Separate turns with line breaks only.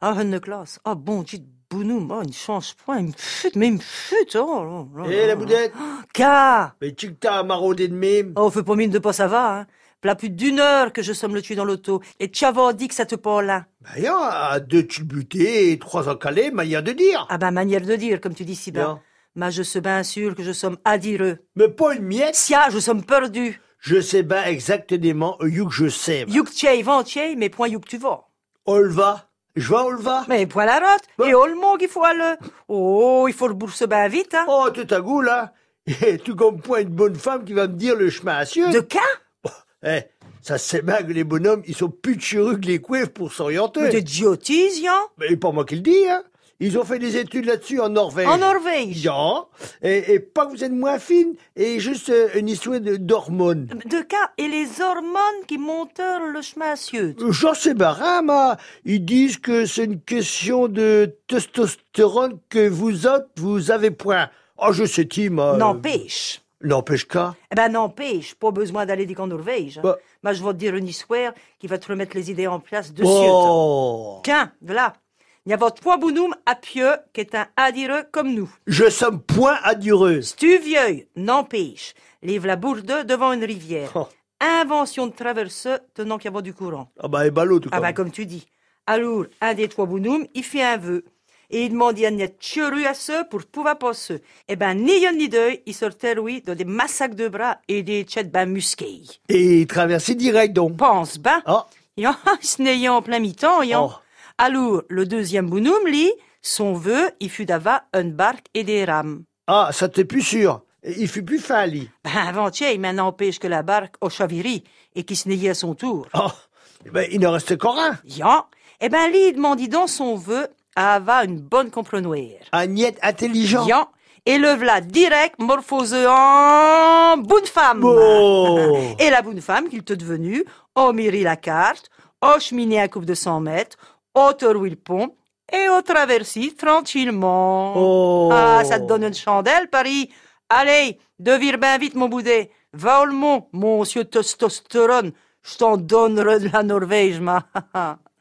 Ah, Anne Classe. Ah, bon Dieu de Bounoum. Ah, il ne change pas. Il me fute, mais il me fute. Oh, là, là,
Hé, Eh, la
là.
boudette
Car
Mais tu que t'as maraudé de mime
Oh, fais pas mine de pas, ça va, hein. Plat plus d'une heure que je somme le tuer dans l'auto. Et t'avais dit que hein. ça te parle.
Bah y'a, à deux culbutés et trois encalés, manière de dire
Ah, ben, manière de dire, comme tu dis si bien.
Bien.
Mais je sais bien sûr que je somme adireux.
Mais pas une miette
Sia, je somme perdu.
Je sais ben exactement you que je sais. ben.
Youk tchei, vent tchei, mais point youk tu vas.
Olva Je vais à Olva
Mais point la rote. Et oh, le monde, il faut aller. Oh, il faut le bourse bien vite, hein.
Oh, tout à goût, là Et Tu comme point une bonne femme qui va me dire le chemin à suivre
De quand?
Eh, ça se sait bien que les bonhommes, ils sont plus chéreux que les coueves pour s'orienter.
De diotise, hein.
Mais pas moi qui le dis, hein. Ils ont fait des études là-dessus en Norvège.
En Norvège.
Bien. Et, et pas que vous êtes moins fine, et juste euh, une histoire de- d'hormones.
De cas et les hormones qui montent le chemin à cieux.
J'en sais pas, rien, moi. hein, Ils disent que c'est une question de testostérone que vous autres, vous avez point. Oh, je sais, Tim. euh,
N'empêche.
N'empêche qu'à.
Eh ben n'empêche, pas besoin d'aller dire qu'en Norvège. hein.
Bah.
Moi, je vais te dire une histoire qui va te remettre les idées en place de suite.
Oh.
Tiens, voilà. Il y a votre point bonhomme à pieux qui est un adireux comme nous.
Je somme point adieureuse.
Tu vieux, n'empêche. Livre la bourde devant une rivière.
Oh.
Invention de traverseux tenant qu'il y avait du courant.
Ah bah, et ballot, tout
Ah
comme.
bah comme tu dis. Alors, un des trois bonhommes, il fait un vœu. Et il demande à Agnès Cheru à ceux pour pouvoir passer. Eh ben, ni un ni deux, il sortait, oui, dans des massacres de bras et des tchètes ben musqués.
Et traverser direct, donc.
Pense, ben,
Ah.
et en se n'ayant en plein mi-temps, et en-
Oh.
Alors, le deuxième bonhomme, lui, son vœu, il fut d'avoir une barque et des rames.
Ah, ça t'es plus sûr. Il fut plus fin, lui.
Ben, avant-hier, il n'empêche que la barque au chavirie et qu'il se n'ayait à son tour.
Oh, eh ben, il ne reste qu'en un.
Yan, eh ben, lui, il demandit dans son vœu à avoir une bonne comprenoire.
Agnette intelligent.
Yan, et le v'là direct morphose en bonne femme.
Bon.
Et la bonne femme qu'il te devenu, au miri la carte, oh, au cheminé à coupe de 100 mètres, au où le pont, et au traversi tranquillement.
Oh.
Ah, ça te donne une chandelle, Paris. Allez, devire bien vite, mon boudet. Va au mont, monsieur testostérone. Je t'en donnerai de la Norvège, ma.